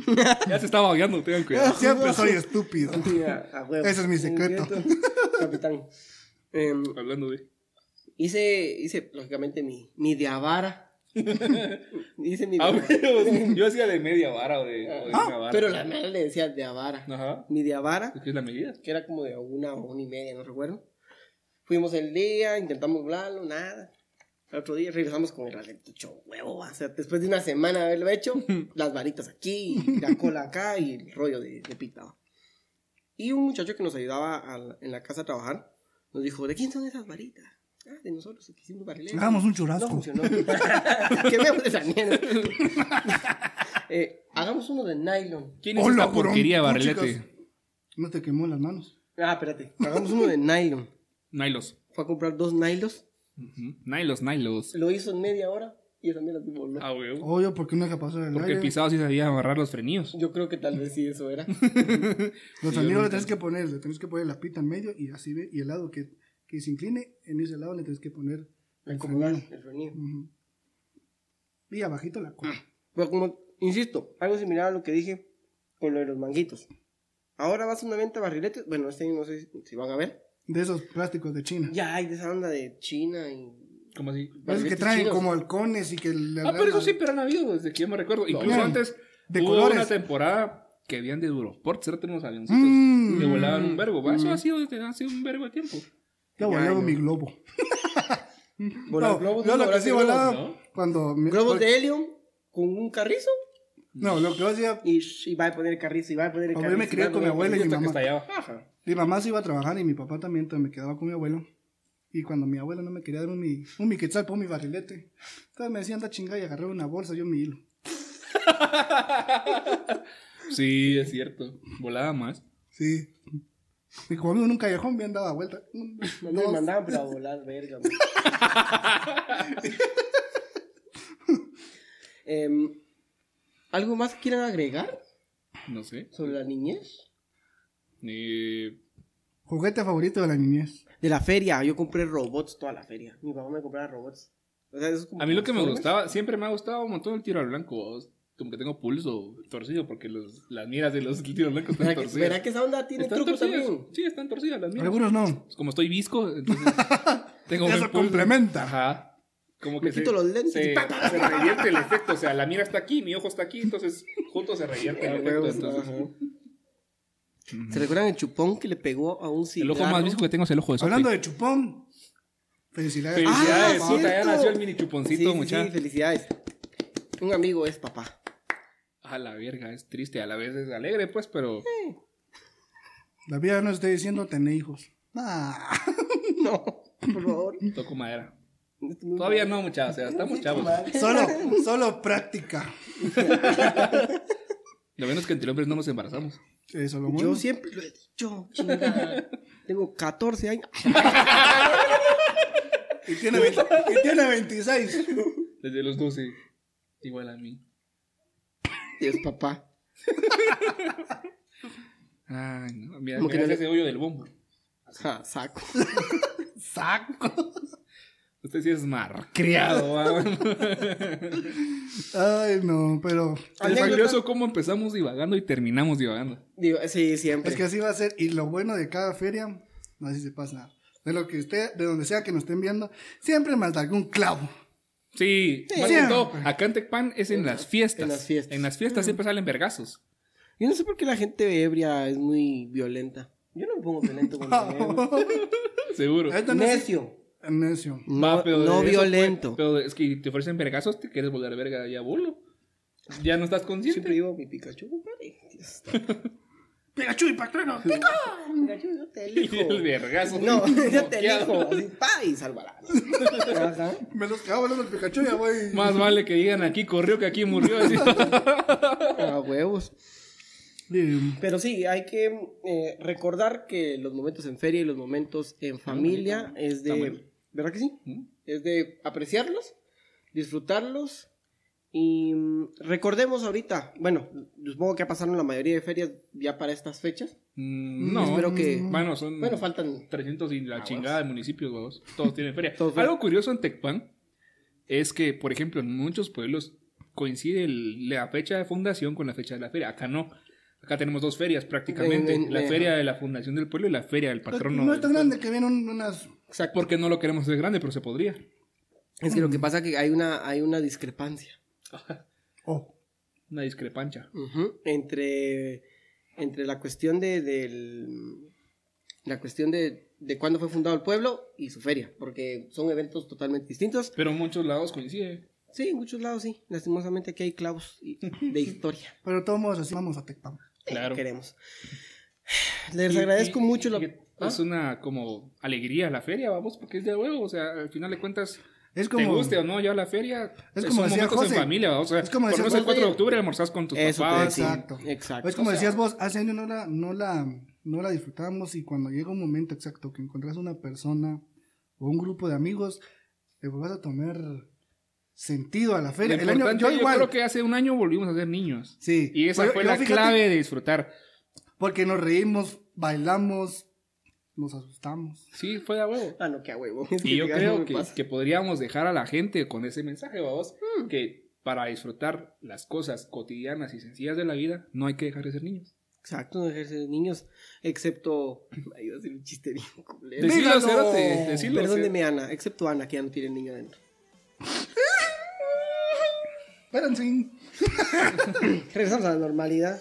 Ya se estaba bañando, tengan cuidado. Pues
Siempre soy estúpido. [LAUGHS]
Ya, a huevo.
Ese es mi secreto.
Capitán. Em,
Hablando de.
hice, hice, lógicamente, mi, mi diavara. [LAUGHS] hice mi
Ah,
diavara.
huevos. yo hacía de media vara o de, o de una vara.
Pero la madre le decía diavara.
Ajá.
Mi diavara,
Es que es la medida.
que era como de una o una y media, no recuerdo. Fuimos el día, intentamos hablarlo, nada. El otro día regresamos con el ralentito huevo. O sea, después de una semana de haberlo
[LAUGHS]
hecho, las varitas aquí, y la cola acá y el rollo de, de pita. ¿va? Y un muchacho que nos ayudaba al- en la casa a trabajar nos dijo: ¿De quién son esas varitas? Ah, de nosotros, que hicimos barrileros.
Hagamos un
No
churrasco.
funcionó. [LAUGHS] que veamos esa
[LAUGHS]
mierda. Eh, hagamos uno de nylon.
¿Quién es
Hola,
esta porquería,
bronco,
barrilete?
chicas. No te quemó las manos.
Ah, espérate. Hagamos uno de nylon.
Nylos.
Fue a comprar dos nylos.
Ujú. Nylos, Nylos.
Lo hizo en media hora y esa mierda se voló.
Ah, huevo.
Obvio, porque una que pasó del
Porque el
aire.
pisado sí sabía amarrar los frenillos.
Yo creo que tal vez sí eso
[LAUGHS]
era.
Los
Sí,
amigos le
ahorita.
tenés que poner, le tenés que poner la pita en medio y así ve, y el lado que, que se incline, en ese lado le tenés que poner el
Acomodar
frenillo.
el frenillo.
Ujú. Y abajito la cola.
Pero como, insisto, algo similar a lo que dije con lo de los manguitos. Ahora vas a una venta de barriletes. Bueno, este año no sé si van a ver.
De esos plásticos de China.
Ya hay de esa onda de China y.
¿Cómo así?
Esos que
barriletes
traen
chinos.
como halcones y que... le
Ah, pero eso
agarran-
siempre han habido, desde que yo me recuerdo. Incluso
Claro.
antes
De
hubo
colores.
una temporada que habían de Duroport, ¿cierto? Unos avioncitos
Mm.
que volaban un vergo. ¿va? Eso ha sido desde hace un vergo de tiempo.
Yo
Ya,
volaba
no.
mi globo.
Volar
No,
globos,
yo
¿no?
lo que
Volar
sí
globos,
volaba
¿no?
cuando... me-
Globos de helio con un carrizo.
No, lo que yo hacía...
Y, sh- y va a poner el carrizo, y va a poner el
Como
carrizo.
yo me crié
y va a
con mi
poner el
abuela y mi
Hasta que
mamá.
estallaba. Ajá.
Mi mamá se iba a trabajar y mi papá también, entonces me quedaba con mi abuelo. Y cuando mi abuelo no me quería dar un, mi- un mi quetzal por mi barrilete, entonces me decía anda chingada y agarré una bolsa, yo mi hilo.
Sí, es cierto. Volaba más.
Sí. Y como vivo en un callejón, bien daba vuelta. Un,
carrizo. No me
dos.
mandaban para volar, verga. [LAUGHS] man. Em, ¿Algo más que quieran agregar
No sé.
sobre la niñez?
Eh,
Juguete favorito de la niñez.
De la feria, yo compré robots toda la feria. Mi papá me compraba robots. O sea, eso es como
a mí lo que me
Transformers.
gustaba, siempre me ha gustado un montón el tiro al blanco. vos. Como que tengo pulso torcido porque los, las miras de los [LAUGHS] tiros blancos están
¿Verdad que,
torcidas.
verdad que esa onda tiene
Están
trucos
torcidas.
también?
Sí, están torcidas las miras.
Algunos no.
pues, Como estoy visco,
[LAUGHS]
entonces tengo
Eso
buen pulso.
complementa.
Ajá. Como
Me
que
quito los lentes y
se,
pa, pa, pa.
se revierte el efecto, o sea, la mira está aquí, mi ojo está aquí, entonces juntos se revierte el
Ah,
efecto.
huevos,
entonces.
ajá. ¿Se recuerdan el chupón que le pegó a un
el
cigarro?
ojo más visco que tengo es el ojo de Sophie.
Hablando de chupón, felicidades.
Felicidades,
Ah,
puta, ya
cierto.
nació el mini chuponcito,
sí,
muchacha.
sí, felicidades. Un amigo es papá. [LAUGHS]
A la verga, es triste, a la vez es alegre, pues, pero
La vida nos está diciendo tener hijos. Ah,
No, por favor.
toco madera. Todavía no, muchachos, o sea, estamos chavos.
solo, solo práctica.
Lo menos que entre hombres no nos embarazamos.
Eso lo bueno.
Yo siempre lo he dicho, chingada. Tengo 14 años.
Y tiene, 20 y tiene 26.
Desde los 12, igual a mí.
Y es papá.
Ay, no, mira,
Como que
mira
no le-
ese hoyo del bombo.
Ja, saco.
Saco.
[LAUGHS] Usted sí
[LAUGHS]
es marcriado,
Ay, no, pero.
Es curioso cómo empezamos divagando y terminamos divagando.
Digo, sí, siempre.
Es que así va a ser. Y lo bueno de cada feria, así se pasa. De lo que usted, de donde sea que nos estén viendo, siempre más de algún clavo.
Sí, más
Sí.
que todo, acá en Tecpan es en las fiestas.
en las fiestas. Mm.
En las fiestas siempre salen vergazos. [LAUGHS]
Yo no sé por qué la gente ebria es muy violenta. Yo no me pongo violento
[LAUGHS]
cuando me ebrio.
Seguro.
Esto no es-
Necio.
Necio.
Va,
No,
pero
no
eso fue-
violento.
pero es que te ofrecen vergazos, te quieres volver verga ya bolo. Ya no estás
Siempre
consciente.
llevo mi Pikachu, compadre. Dios,
Pikachu y Patrano.
Pikachu, yo te elijo.
[LAUGHS] Y el vergazo. [LAUGHS]
No, [LAUGHS] yo te
Bloqueado.
elijo. Así, pa, y salvará. Ajá.
Me los cago hablando del Pikachu ya voy.
Más vale que digan aquí corrió que aquí murió. así. [LAUGHS]
A huevos.
Sí.
Pero sí, hay que eh, recordar que los momentos en feria y los momentos en familia es de...
Está bueno.
¿Verdad que sí?
¿Mm?
Es de apreciarlos, disfrutarlos y mm, recordemos ahorita, bueno, supongo que ya pasaron la mayoría de ferias ya para estas fechas.
Mm, no.
Espero que...
Bueno, son
Bueno, faltan...
300 y la
Aguas.
chingada de municipios, huevos. Todos tienen
[LAUGHS]
feria.
Todos
Algo curioso en Tecpan es que, por ejemplo, en muchos pueblos coincide el- la fecha de fundación con la fecha de la feria. Acá no. Acá tenemos dos ferias prácticamente.
En- en-
la
en-
feria de la fundación del pueblo y la feria del patrono.
no es tan
del
grande que vienen un- unas.
pueblo. Porque no lo queremos hacer grande, pero se podría.
Es que lo que pasa es que hay una, hay una discrepancia
Oh,
Una discrepancia.
ujú, entre, entre la cuestión de del- la cuestión de, de cuándo fue fundado el pueblo y su feria, porque son eventos totalmente distintos.
Pero en muchos lados coincide.
Sí, en muchos lados sí. Lastimosamente aquí hay clavos
[LAUGHS]
y- de historia.
pero todos así vamos a Tecpan.
Claro.
Queremos. Les
Y-
agradezco
y-
mucho
y
la-
que
¿Ah?
Es una como alegría la feria, vamos, porque es de huevo. O sea, al final de cuentas,
Es como.
te guste o no, ya la feria.
Es como
son
decía
momentos en
José.
familia, vamos. O sea,
Es como decía
por no ser el
José.
4 de octubre, almorzás con tus
Eso te
papás.
decía.
Exacto.
Exacto.
Es como decías vos, hace años no la, no la, no la disfrutamos y cuando llega un momento exacto que encontrás una persona o un grupo de amigos, le vas a tomar sentido a la
Lo
feria. El año,
importante,
yo igual.
creo que hace un año volvimos a ser niños.
Sí.
Y esa
Pero-
fue
yo
la
fíjate,
clave de disfrutar.
Porque nos reímos, bailamos, nos asustamos.
Sí, fue
[LAUGHS]
de huevo.
Ah, no, qué a [LAUGHS] huevo.
Y yo
Ya no me
creo que,
pasa.
que podríamos dejar a la gente con ese mensaje, vamos,
Hmm.
que para disfrutar las cosas cotidianas y sencillas de la vida, no hay que dejar de ser niños.
Exacto, no ejerce de niños. Excepto. Ay, iba a hacer un chiste bien culero.
Decilo,
Eh, Dígalo.
cerote, decilo.
Perdóneme, Ana. Excepto Ana, que ya no tiene niño adentro.
Pero en fin,
Regresamos a la normalidad.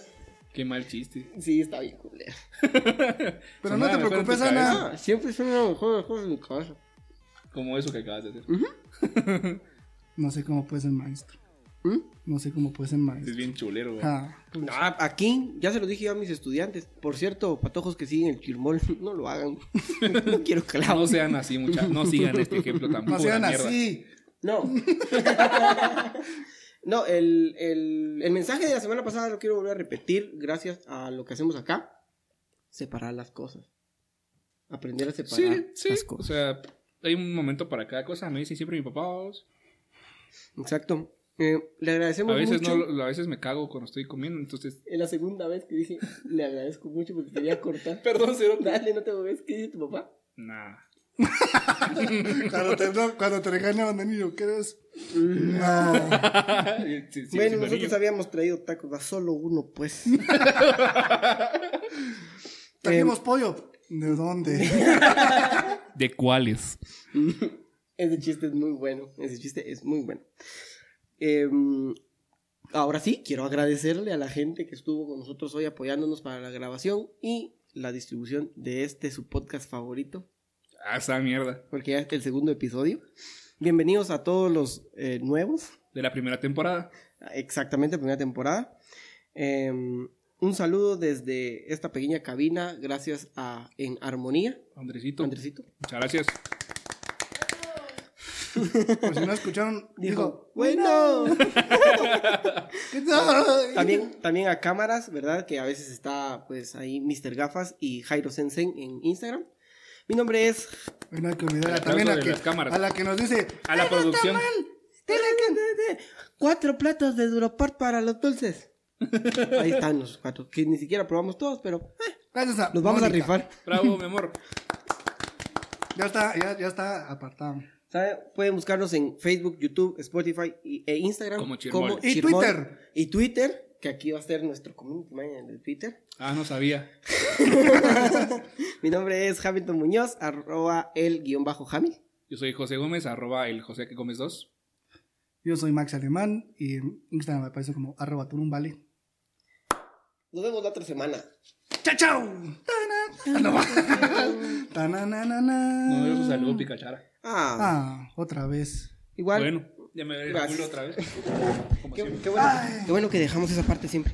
Qué mal chiste.
Sí, está bien culero.
pero no
Sonaba
te
mejor en tu
preocupes,
cabeza.
Ana.
Ah, siempre son los mejores juegos en mi cabeza.
Como eso que acabas de hacer.
No sé cómo puede ser maestro.
¿Mm?
No sé cómo puede ser
Es
maestro.
bien chulero, güey.
Ah,
Pues
No, aquí ya se lo dije yo a mis estudiantes. Por cierto, patojos que siguen el chirmol, [LAUGHS] no lo
[LAUGHS]
hagan. no quiero clavos.
No sean así, muchachos. No sigan este ejemplo tampoco.
no sean así.
No.
[LAUGHS]
no, el, el- el mensaje de la semana pasada lo quiero volver a repetir gracias a lo que hacemos acá. Separar las cosas. Aprender a separar
Sí, sí.
las
O
cosas.
sea, hay un momento para cada cosa. Me dice siempre mi papá. vamos.
Exacto. Eh, le
A
agradecemos
veces,
mucho.
no, lo- a veces me cago cuando estoy comiendo, entonces.
Es la segunda vez que dije, le agradezco mucho porque quería cortar.
[LAUGHS] Perdón, cero.
Dale, no te ves. ¿Qué dice tu
[LAUGHS]
papá?
Nah.
Cuando te, no, cuando te regañaban de niño, ¿qué
[LAUGHS]
eres? Ah. No.
Sí, sí,
bueno,
sí,
nosotros
Marillo.
habíamos traído tacos, va solo uno, pues. Eh,
Trajimos pollo.
[LAUGHS]
¿De dónde?
¿De cuáles?
Ese chiste es muy bueno. Ese chiste es muy bueno. Em, ahora sí, quiero agradecerle a la gente que estuvo con nosotros hoy apoyándonos para la grabación y la distribución de este su podcast favorito,
Ah, esa mierda.
porque ya es el segundo episodio. Bienvenidos a todos los eh, nuevos,
De la primera temporada.
exactamente primera temporada. Em, un saludo desde esta pequeña cabina, gracias a En Armonía,
Andresito.
Andresito.
Muchas gracias.
Por si no escucharon, dijo,
bueno.
¿qué [LAUGHS] tal?
También, también a cámaras, ¿verdad? Que a veces está pues ahí Mr. Gafas y Jairo Sensen en Instagram. Mi nombre es...
Ay, No hay que olvidar
El
también
aplauso
a,
de
que,
las cámaras.
a la que nos dice,
A la producción.
Cuatro platos de Duroport para los dulces. Ahí están los cuatro, que ni siquiera probamos todos, pero eh,
gracias a.
los vamos a
Mónica".
rifar. [LAUGHS]
Bravo, mi amor.
Ya está, ya, ya está apartado.
¿Sabe? Pueden buscarnos en Facebook, YouTube, Spotify y- e Instagram.
Como Chirmol.
Y
Chirmol.
Twitter.
Y Twitter, que aquí va a ser nuestro community manager de Twitter.
Ah, no sabía.
Mi nombre es Hamilton Muñoz, arroba el guión bajo Hamil.
Yo soy José Gómez, arroba el José que comes dos.
Yo soy Max Alemán y en Instagram me aparece como arroba turumbale.
Nos vemos la otra semana.
¡Chao, chao! Tana- No. Tananana.
No veo su saludo, Picachara.
Ah,
Ah, otra vez.
igual.
Bueno, ya me veré el
Gracias. [LAUGHS]
culo otra vez. Como
Qué,
siempre.
qué bueno, qué bueno que dejamos esa parte siempre.